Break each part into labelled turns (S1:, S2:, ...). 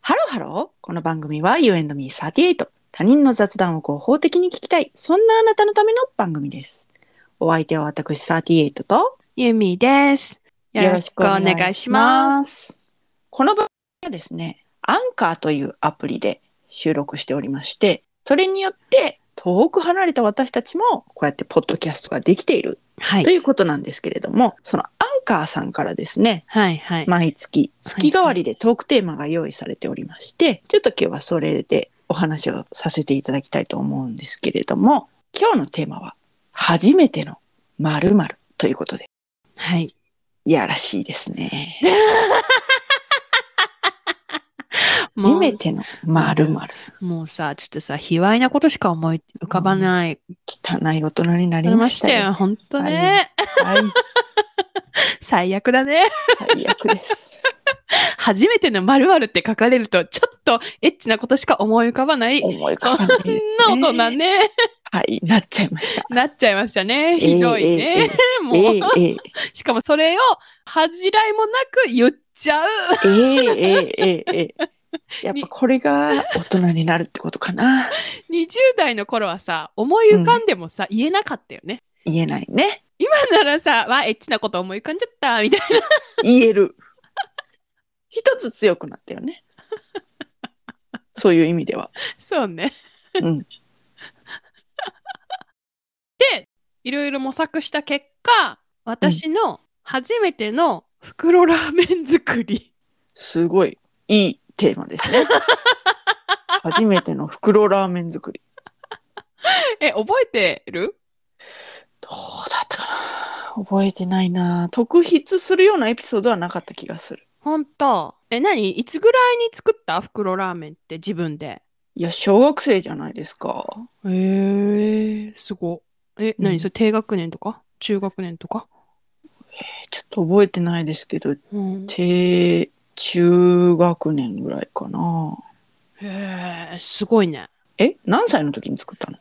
S1: ハロー。この番組は You and me38。他人の雑談を合法的に聞きたい。そんなあなたのための番組です。お相手は私38と
S2: ゆみです。よろしくお願いします。
S1: す。この番組はですね、アンカーというアプリで収録しておりまして、それによって遠く離れた私たちもこうやってポッドキャストができている
S2: は
S1: と
S2: い。
S1: いうことなんですけれども、そのアンカーさんからですね、
S2: はいはい。
S1: 毎月
S2: はい
S1: 月替わりでトークテーマが用意されておりまして、ちょっと今日はそれでお話をさせていただきたいと思うんですけれども今日のテーマは「初めての〇〇ということで
S2: はい。
S1: いやらしいですね。初
S2: も
S1: めての〇〇
S2: う、もうさ、ちょっとさ、卑猥なことしか思い浮かばない。
S1: 汚い大人にな
S2: あ
S1: り
S2: りま
S1: ま
S2: し
S1: した
S2: た
S1: よ。
S2: よ。本当ね。
S1: はい、
S2: 最悪だね。
S1: 最悪 です。
S2: 初めての〇〇って書かれると、ちょっとエッチなことしか思い浮かばない。
S1: 思い浮かばないですね
S2: そんな大人ね。
S1: はい、なっちゃいました。
S2: なっちゃいましたね。 ひどい
S1: ええ
S2: ね。も
S1: ええ
S2: う、
S1: ええ
S2: しかもそれを恥じらいもなく言っちゃう。
S1: ええええええやっぱこれが大人になるってことかな。
S2: 20代の頃はさ、思い浮かんでもさ、言えなかったよね。
S1: 言えないね。
S2: 今ならさ、わ、エッチなこと思い浮かんじゃった、みたいな。
S1: 言える。一つ強くなったよね。そういう意味では。
S2: そうね。
S1: うん。
S2: いろいろ模索した結果、私の初めての袋ラーメン作り。
S1: すごいいいテーマですね。初めての袋ラーメン作り。
S2: え、覚えてる
S1: どうだったかな覚えてないな。特筆するようなエピソードはなかった気がする。
S2: ほんと。え、何いつぐらいに作った袋ラーメンって自分で。
S1: いや、小学生じゃないですか。
S2: へえすご。え、何、
S1: うん
S2: それ低学年とか中学年とか
S1: えちょっと覚えてないですけど、
S2: うん。
S1: 低、中学年ぐらいかな。
S2: へえすごいね。
S1: え、何歳の時に作ったの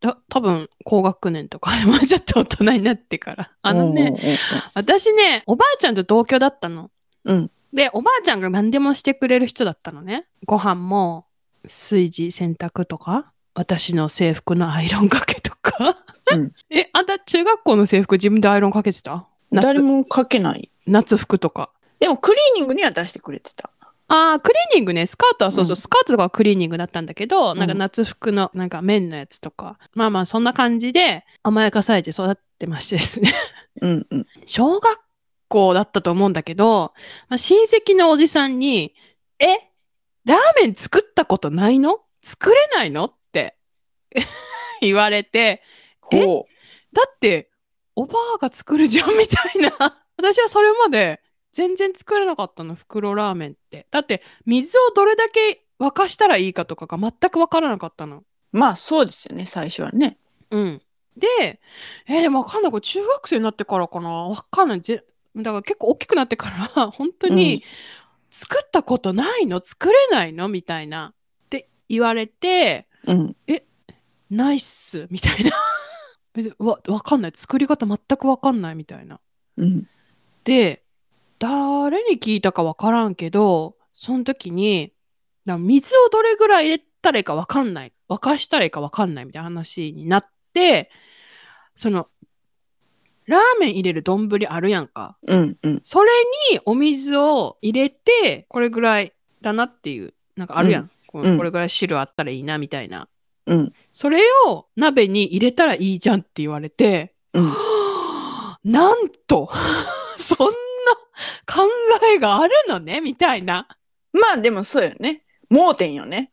S2: た多分高学年とか、 もうちょっと大人になってから。あのね、
S1: ね。
S2: 私ねおばあちゃんと同居だったの。
S1: うん
S2: でおばあちゃんが何でもしてくれる人だったのね。ご飯も炊事洗濯とか私の制服のアイロンかけとか。
S1: うん
S2: えあんた中学校の制服自分でアイロンかけてた
S1: 誰
S2: 夏
S1: も書けない
S2: 夏服とか。
S1: でもクリーニングには出してくれてた。
S2: ああ、クリーニングね。スカートはそうそ
S1: う
S2: う、
S1: ん
S2: スカートとかはクリーニングだったんだけど、
S1: うん
S2: なんか夏服の、なんか綿のやつとか。まあまあ、そんな感じで甘やかされて育ってましてですね。
S1: うんうん。
S2: 小学校だったと思うんだけど、まあ、親戚のおじさんに、え、ラーメン作ったことないの作れないのって 言われて、え
S1: ほ
S2: だって、おばあが作るじゃんみたいな。 私はそれまで全然作れなかったの、袋ラーメンって。だって、水をどれだけ沸かしたらいいかとかが全くわからなかったの。
S1: う。まあそうですよね、最初はね。
S2: うん。で、えーでもわかんない。これ中学生になってからかな。わかんない。ぜだから結構大きくなってから、 本当
S1: うん
S2: に、作ったことないの作れないのみたいな。って言われて、
S1: うん。
S2: ないっす。みたいな。 えでわ、わかんない。作り方全くわかんないみたいな。
S1: うん。
S2: で、誰に聞いたかわからんけど、その時に、な水をどれぐらい入れたらいいかわかんない。沸かしたらいいかわかんないみたいな話になって、その、ラーメン入れる丼あるやんか。
S1: うんうん。
S2: それにお水を入れて、これぐらいだなっていう、なんかあるやん。こ
S1: うん
S2: これぐらい汁あったらいいなみたいな。
S1: うん
S2: それを鍋に入れたらいいじゃんって言われて、
S1: うん。
S2: なんと そんな考えがあるのねみたいな
S1: まあでもそうよね。盲点よね。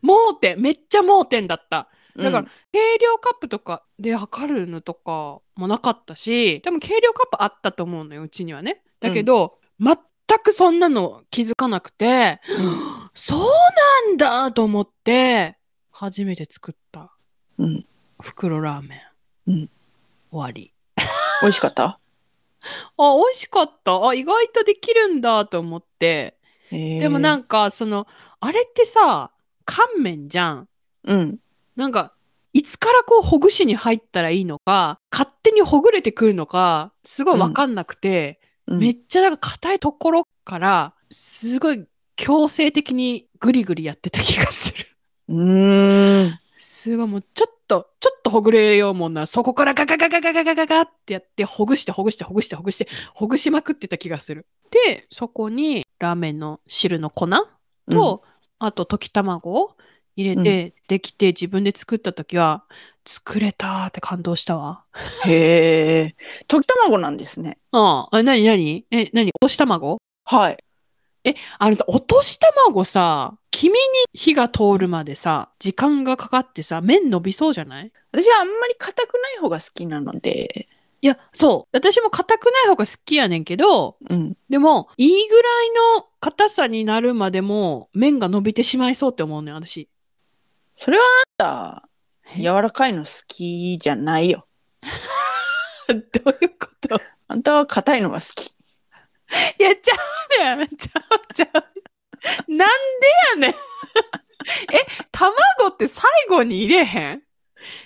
S2: 盲点めっちゃ盲点だっただから
S1: うん、
S2: 計量カップとかで測るのとかもなかったしでも計量カップあったと思うのようちにはねだけど、全くそんなの気づかなくて、そうなんだと思って初めて作った
S1: うん。
S2: 袋ラーメン、
S1: うん
S2: 終わり
S1: 美味しかった
S2: あ美味しかったあ意外とできるんだと思ってでもなん
S1: か、
S2: んかそのあれってさ乾麺じゃん
S1: うん。
S2: なんかいつからこうほぐしに入ったらいいのか勝手にほぐれてくるのかすごい分かんなくて、
S1: うん
S2: めっちゃなんか硬いところからすごい強制的にグリグリやってた気がする。
S1: うーん。
S2: すごい、もうちょっと、ちょっとほぐれようもんな。そこからガガガガガガガガガってやって、ほぐして、ほぐして、ほぐして、ほぐして、ほぐしまくってた気がする。で、そこにラーメンの汁の粉と、あと溶き卵を入れて、できて自分で作った時は、作れたーって感動したわ。
S1: うん、へえ。溶き卵なんですね。
S2: ああ、あ、なになにえ、なに落とし卵
S1: はい。
S2: あのさ、落とし卵さ、黄身に火が通るまでさ、時間がかかってさ、麺伸びそうじゃない
S1: 私はあんまり硬くない方が好きなので。
S2: いや、そう。私も硬くない方が好きやねんけど、
S1: うん。
S2: でも、いいぐらいの硬さになるまでも、麺が伸びてしまいそうって思うのよ、私。
S1: それはあんた、柔らかいの好きじゃないよ。
S2: どういうこと
S1: あんたは硬いのが好き。
S2: いや、ちゃうねん。ちゃう、ちゃう。なんでやねん。え、卵って最後に入れへん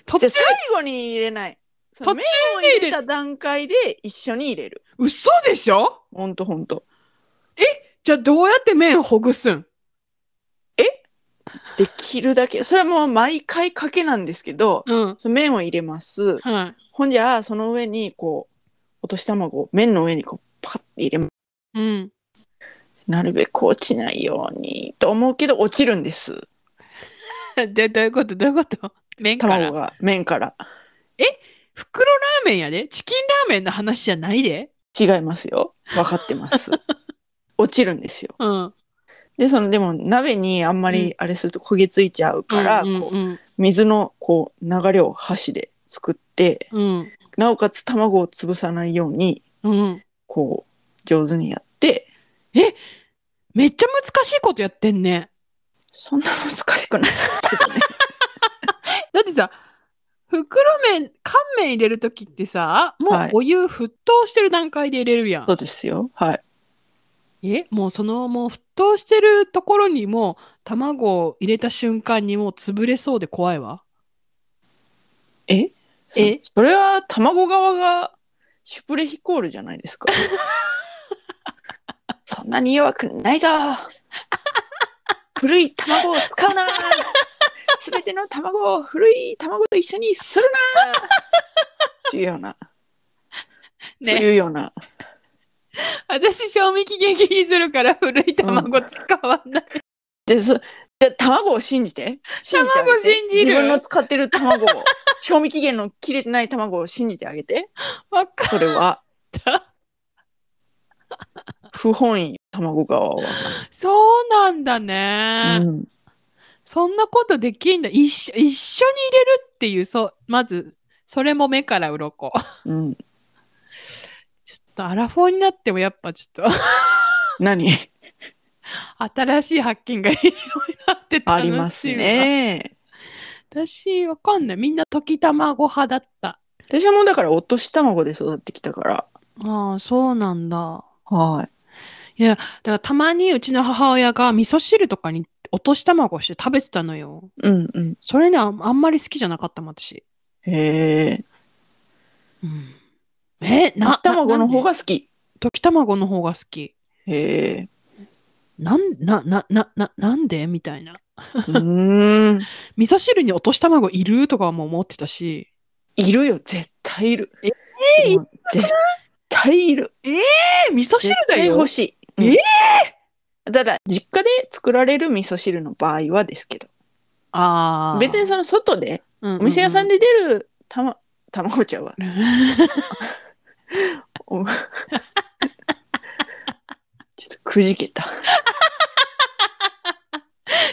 S2: 途
S1: じ
S2: 中
S1: ゃあ、最後に入れない。その
S2: 途中
S1: 麺を
S2: で
S1: 入
S2: 入れる
S1: れた段階で一緒に入れる。
S2: 嘘でしょ
S1: ほんとほんと。
S2: じゃあどうやって麺ほぐすん
S1: できるだけ。それはもう毎回かけなんですけど、
S2: うん。
S1: その麺を入れます。
S2: は
S1: ほんじゃあ、その上にこう、落とし卵を麺の上にこう、パカッて入れます。
S2: い。うん。
S1: なるべく落ちないようにと思うけど、落ちるんです。
S2: で、どういうことどういうこと麺から
S1: 卵。が、麺から。
S2: 袋ラーメンやでチキンラーメンの話じゃないで
S1: 違いますよ。分かって ます。落ちるんですよ。
S2: うん。
S1: で、その、でも鍋にあんまりあれすると焦げついちゃうから、
S2: うん
S1: こ
S2: うんうん
S1: う、水のこう、流れを箸で作って、
S2: うん。
S1: なおかつ卵を潰さないように、
S2: うん。
S1: こう、上手にやって、
S2: めっちゃ難しいことやってんね。
S1: そんな難しくないですけどね。
S2: だってさ、袋麺、乾麺入れるときってさ、も
S1: はいう
S2: お湯沸騰してる段階で入れれるやん。
S1: そうですよ。はい。
S2: え、もうその、もう沸騰してるところにもう、卵を入れた瞬間にもう潰れそうで怖いわ。
S1: えそ
S2: え
S1: それは卵側がシュプレヒコールじゃない ですか。そんなに弱くないぞ古い卵を使うなすべての卵を古い卵と一緒にするなっていうような、そういうような。
S2: 私、賞味期限切りするから古い卵使わない。
S1: で、そで卵を信じて。信じてあげて
S2: 卵信じる
S1: 自分の使ってる卵を、賞味期限の切れてない卵を信じてあげて。
S2: わか
S1: それは
S2: った。
S1: 不本意、卵側は。
S2: そうなんだね。
S1: うん、
S2: そんなことできんだ。一緒、一緒に入れるっていう、そう、まず、それも目から鱗。
S1: うん、
S2: ちょっとアラフォーになってもやっぱちょっ
S1: 何
S2: と新しい発見がいろいろあって楽しいわ
S1: あります。ね。
S2: 私わかんない。みんな溶き卵派だった。
S1: 私はもうだから落とし卵で育ってきたから。
S2: ああ、そうなんだ。
S1: はい。
S2: だからたまにうちの母親が味噌汁とかに落とし卵をして食べてたのよ。
S1: うんうん。
S2: それね、あんあんまり好きじゃなかったもん、私。
S1: へえ。
S2: うん、え、な、
S1: 卵の方
S2: ななん
S1: が好き。
S2: で溶き卵の方が好き。
S1: へえ。
S2: なん、な、な、な、な、なんでみたいな。
S1: うーん。
S2: 味噌汁に落とし卵いるとかも思ってたし。
S1: いるよ、絶対いる。
S2: え
S1: え絶対いる。
S2: え、味噌汁だ
S1: 絶対
S2: よ
S1: 欲。しい。
S2: え
S1: えただ、実家で作られる味噌汁の場合はですけど、
S2: ああ。
S1: 別にその外で、
S2: うんうんうん、
S1: お店屋さんで出るたま、卵茶は、お ちょっとくじけた。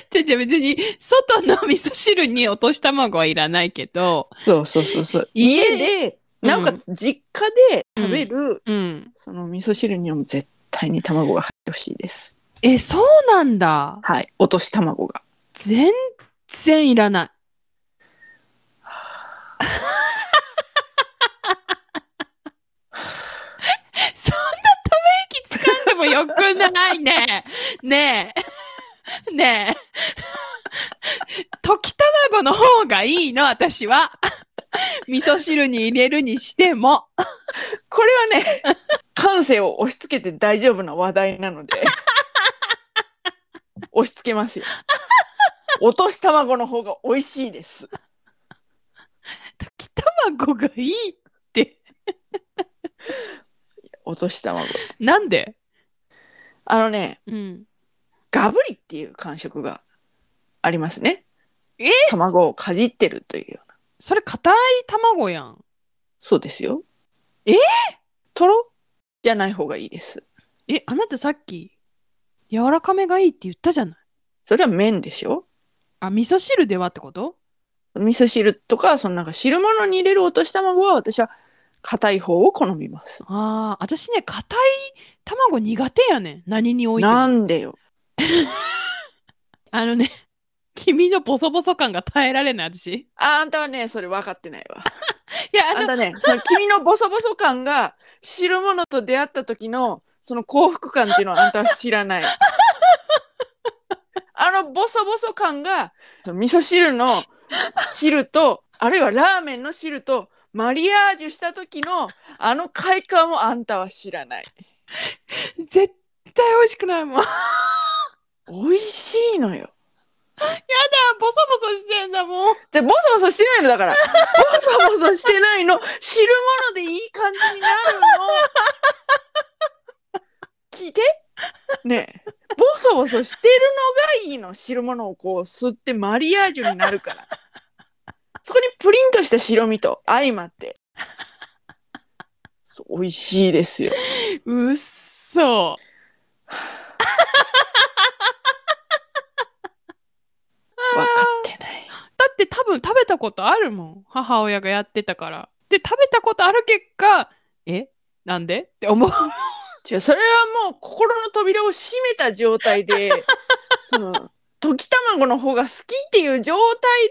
S2: じゃじゃ別に外の味噌汁に落とし卵はいらないけど、
S1: そうそうそうそう。
S2: 家
S1: 家で、
S2: うん
S1: なおかつ実家で食べる、
S2: うん。
S1: その味噌汁にはもう絶対に卵が入ってほしいです。
S2: え、そうなんだ。
S1: はい。落とし卵が。
S2: 全然いらない。そんなため息つかんでもよくないねえ。ねえ。ねえ。溶き卵の方がいいの、私は。味噌汁に入れるにしても。
S1: これは ね、感性を押し付けて大丈夫な話題なので。押し付けますよ。落とし卵の方が美味しいです。
S2: 炊き卵がいいって。
S1: 落とし卵って。
S2: なんで
S1: あのね、
S2: うん。
S1: ガブリっていう感触がありますね。
S2: え
S1: 卵をかじってるというような。
S2: それ硬い卵やん。
S1: そうですよ。
S2: え
S1: とろじゃない方がいいです。
S2: え、あなたさっき、柔らかめがいいって言ったじゃない。
S1: それは麺でしょ
S2: あ、味噌汁ではってこと
S1: 味噌汁とか、そのなんか汁物に入れる落とし卵は私は硬い方を好みます。
S2: ああ、私ね、硬い卵苦手やねん。何においても。
S1: なんでよ。
S2: あのね、 君のボソボソ感が耐えられない、私。い
S1: ああんたはね、それ分かってないわ。
S2: や、あの
S1: あんたね、その君のボソボソ感が汁物と出会った時のその幸福感っていうのはあんたは知ら ない。あのボソボソ感が味噌汁の汁とあるいはラーメンの汁とマリアージュした時のあの快感をあんたは知らない。
S2: 絶対美味しくないもん。やだ、
S1: 美味しいのよ。
S2: ボソボソしてんだもん。
S1: じゃボソボソしてないのだから。ボソボソしてないの。汁物でいい感じになるの。聞いて。ねえ。ボソボソしてるのがいいの。汁物をこう吸ってマリアージュになるから。そこにプリンとした白身と相まって。そう美味しいですよ。
S2: うっそ。
S1: 分かってない。
S2: だって多分食べたことあるもん。母親がやってたから。で、食べたことある結果、えなんでって思う。
S1: 違うそれはもう心の扉を閉めた状態でその溶き卵の方が好きっていう状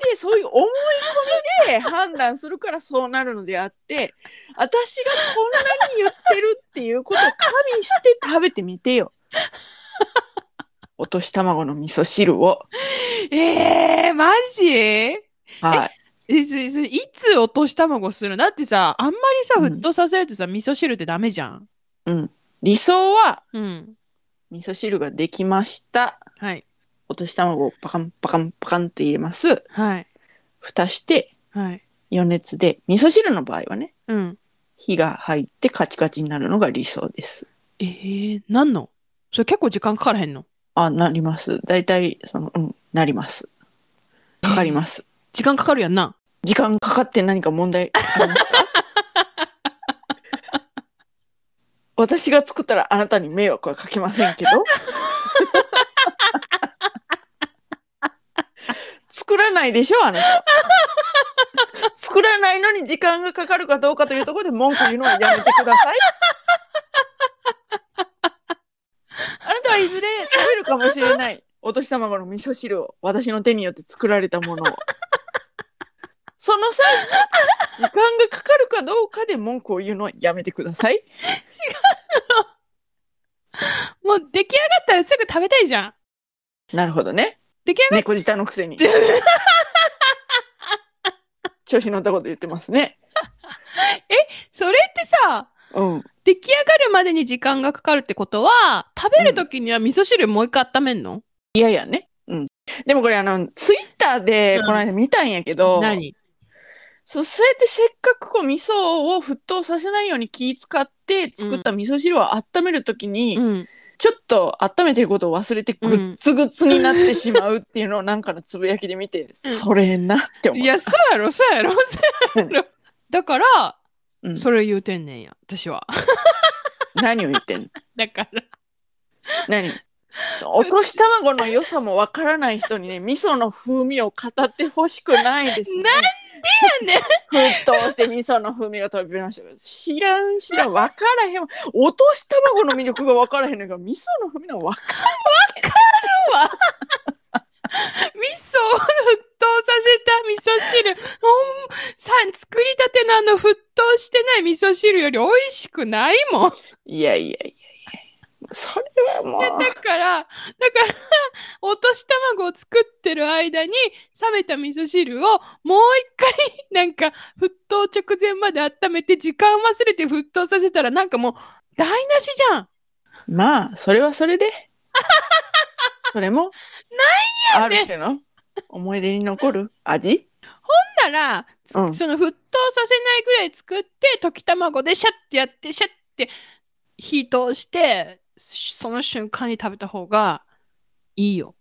S1: 態でそういう思い込みで判断するからそうなるのであって私がこんなに言ってるっていうことを加味して食べてみてよ。落とし卵の味噌汁を。
S2: えー、マジえ、
S1: はい。
S2: そそいつ落とし卵するのだってさ、あんまりさ、
S1: うん
S2: 沸騰させるとさ、味噌汁ってダメじゃん。
S1: 理想は
S2: うん。
S1: 味噌汁ができました。
S2: はい。
S1: 落とし卵をパカンパカンパカンって入れます。
S2: はい。
S1: 蓋して
S2: はい。
S1: 余熱で味噌汁の場合はね
S2: うん。
S1: 火が入ってカチカチになるのが理想です。
S2: えー、なんのそれ結構時間かからへんの
S1: あ、なります。だいたいその、うん、なります。かかります。
S2: 時間かかるやんな。
S1: 時間かかって何か問題ありますか私が作ったらあなたに迷惑はかけませんけど作らないでしょあなた作らないのに時間がかかるかどうかというところで文句言うのをやめてくださいあなたはいずれ食べるかもしれないお年玉の味噌汁を私の手によって作られたものをその 際時間がかかるかどうかで文句を言うのはやめてください。
S2: もう出来上がったらすぐ食べたいじゃん。
S1: なるほどね。
S2: 出来上がっ
S1: 猫舌のくせ に。調子乗ったこと言ってますね。
S2: それってさ、
S1: うん。
S2: 出来上がるまでに時間がかかるってことは、食べるときには味噌汁もう一回温めんの、
S1: いやいやね。うん。でもこれあの、ツイッターでこの間見たんやけど、
S2: 何
S1: そそうやってせっかくこう味噌を沸騰させないように気使って作った味噌汁を温めるときに、
S2: うん。
S1: ちょっと温めてることを忘れてグッツグツになってしまうっていうのをなんかのつぶやきで見て、
S2: うん
S1: それなって思
S2: い
S1: っ
S2: や、そうやろ、そうやろ、そう
S1: た。
S2: やろ。だから、
S1: うん
S2: それ言うてんねんや、私は。
S1: 何を言ってんの
S2: だから。
S1: 何そう落とし卵の良さもわからない人 にね味噌の風味を語ってほしくないですね。
S2: なんでや
S1: ねん沸騰して味噌の風味が飛び出ましたけど知らん知らんわからへんわ落とし卵の魅力がわからへんのが味噌の風味のわか
S2: 味噌を沸騰させた味噌汁。ほん、さ、作りたてのあの沸騰してない味噌汁より美味しくないもん。
S1: いやいやいやいやそれはも
S2: だから、だから、落とし卵を作ってる間に、冷めた味噌汁をもう一回、なんか、沸騰直前まで温めて、時間忘れて沸騰させたら、なんかもう、台無しじゃん。
S1: うまあそれはそれでそれも
S2: なんや
S1: あ
S2: ねん
S1: る種の思い出に残る味
S2: ほんなら、つ
S1: うん
S2: その沸騰させないぐらい作って溶き卵でシャッてやってシャッて火通してしその瞬間に食べた方がいいよ。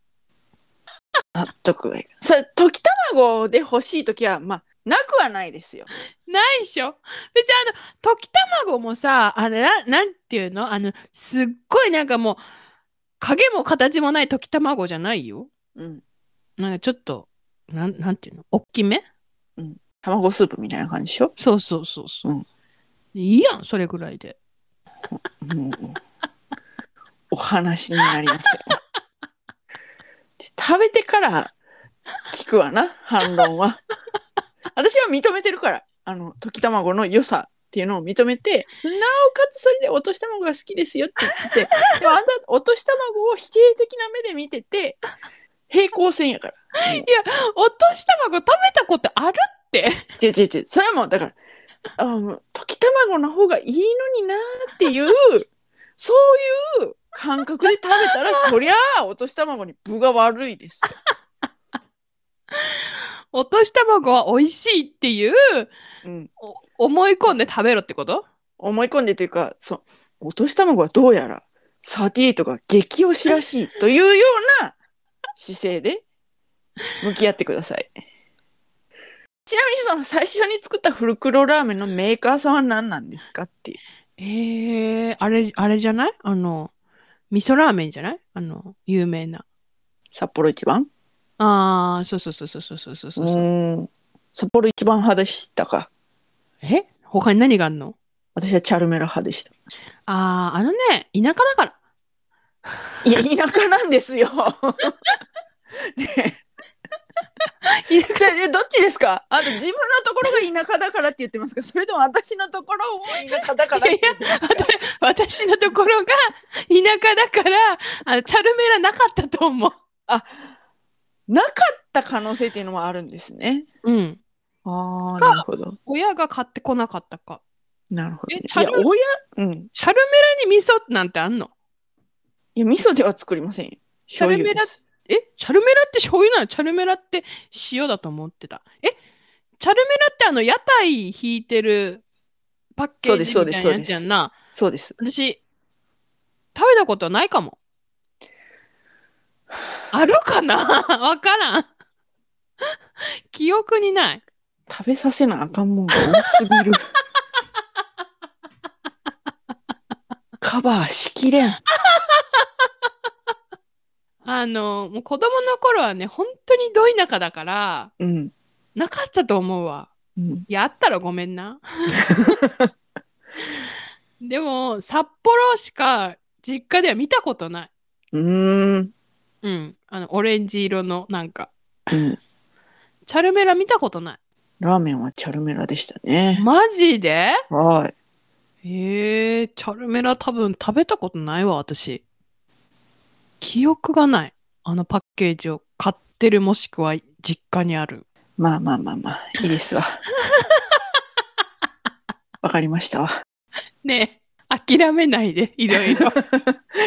S1: 納得がいくそれ溶き卵で欲しい時はまあなくはないですよ
S2: ないでしょ別にあの溶き卵もさあれななんていうのあのすっごいなんかもう影も形もない溶き卵じゃないよ。
S1: うん
S2: なんかちょっとなんなんていうの大きめ
S1: 卵スープみたいな感じでしょ
S2: そうそうそうそう。
S1: うん
S2: いいやんそれぐらいで。
S1: もうお話になりますよ。食べてから聞くわな反論は。私は認めてるからあの溶き卵の良さっていうのを認めてなおかつそれで落とし卵が好きですよって言っててでもあんた落とし卵を否定的な目で見てて平行線やから。
S2: 落とし卵食べたことあるって。
S1: 違う違う違うそれはもうだからあもう溶き卵の方がいいのになーっていうそういう感覚で食べたらそりゃあ落とし卵に分が悪いですよ、
S2: 落とし卵は美味しいっていう
S1: うん、
S2: お思い込んで食べろってこと
S1: 思い込んでというかそう落とし卵はどうやら38が激推しらしいというような姿勢で向き合ってくださいちなみにその最初に作ったフルクロラーメンのメーカーさんは何なんですかっていう
S2: えー、あれあれじゃないあの味噌ラーメンじゃないあの有名な
S1: 札幌一番
S2: ああそうそうそうそうそうそうそうそう
S1: うーん札幌一番派でしたか
S2: え他に何があんの
S1: 私はチャルメラ派でした
S2: あああのね田舎だから
S1: いや田舎なんですよ ねえじゃあえどっちですかあと自分のところが田舎だからって言ってますかそれとも私のところも田舎だからって言ってますか
S2: 私のところが田舎だからあのチャルメラなかったと思う
S1: なかった可能性っていうのもあるんですね
S2: うん
S1: ああ
S2: か
S1: なるほど
S2: 親が買ってこなかったか
S1: なるほど
S2: え
S1: い
S2: チャ
S1: や
S2: ル
S1: 親うん
S2: チャルメラに味噌なんてあんの
S1: いや味噌では作りませんよ醤油です
S2: えチャルメラって醤油なのチャルメラって塩だと思ってた。えチャルメラってあの屋台引いてるパッケージ
S1: そう
S2: み
S1: で
S2: た
S1: すそ
S2: いな
S1: う
S2: や
S1: です
S2: つやんな。
S1: そうです
S2: 私食べたことないかも。あるかな わからん。記憶にない。
S1: 食べさせなあかんもんが多すぎるカバーしきれん
S2: あの、もう子供の頃はね、本当にど田舎だから、
S1: うん、
S2: なかったと思うわ。
S1: うん、
S2: いやあったらごめんな。でも札幌しか実家では見たことない。
S1: うーん、
S2: うん。あのオレンジ色のなんか。
S1: うん、
S2: チャルメラ見たことな
S1: ラーメンはチャルメラでした
S2: い。
S1: ね。
S2: マジで
S1: はい。
S2: えー、チャルメラ多分食べたことないわ私。記憶がない。あのパッケージを買ってるもしくは実家にある。
S1: まあまあまあまあ、いいですわ。 わかりましたわ。
S2: ねえ諦めないでいろい ろ。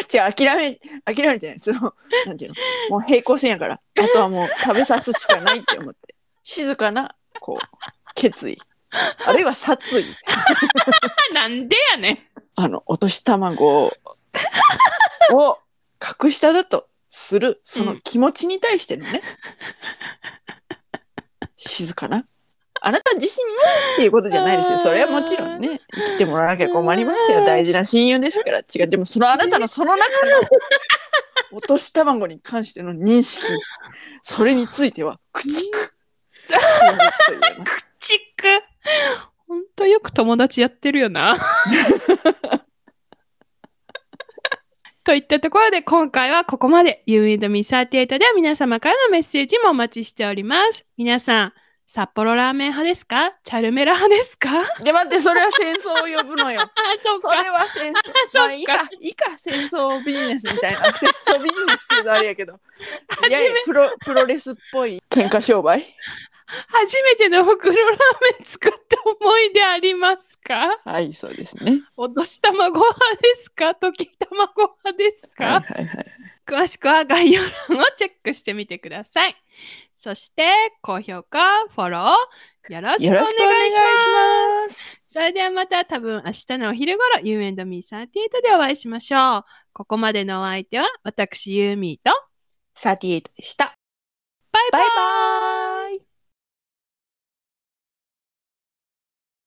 S1: じゃあ諦め、諦めてない。その、なんていうの、もう平行線やから、あとはもう食べさすしかないって思って。静かな、こう、決意。あるいは殺意。
S2: なんでやねん。
S1: あの、落とし卵を、を格下だとする、その気持ちに対してのね、静かな。あなた自身もっていうことじゃないですよ。それはもちろんね、生きてもらわなきゃ困りますよ。大事な親友ですから。違う。でも、そのあなたのその中の落とし卵に関しての認識、それについては、駆逐。というね
S2: チックほんとよく友達やってるよ な。といったところで今回はここまで You and me38 では皆様からのメッセージもお待ちしております。皆さん、札幌ラーメン派ですかチャルメラ派ですかあ、
S1: で、待って、それは戦争を呼ぶのよ。
S2: そ う
S1: それ
S2: か。
S1: は戦争ま
S2: そっか
S1: あいいかいいか戦争ビジネスみたいな戦争ビジネスっていうのはあれやけ どいやいやプロプロレスっぽい喧嘩商売
S2: 初めての袋ラーメン作った思い出ありますか
S1: はいそうですね
S2: 落とし卵派ですか溶き卵派ですか、
S1: はいはいはい
S2: 詳しくは概要欄をチェックしてみてください。そして、高評価、フォロー、よろしくお
S1: よ
S2: 願
S1: ろ
S2: い
S1: し
S2: し
S1: くお願い
S2: ま
S1: し
S2: す。
S1: ます。
S2: それではまた多分明日のお昼頃 You and me38 でお会いしましょう。ここまでのお相手は私ユーミーと
S1: 38でした。
S2: バイバ
S1: バイ
S2: イ
S1: バイ。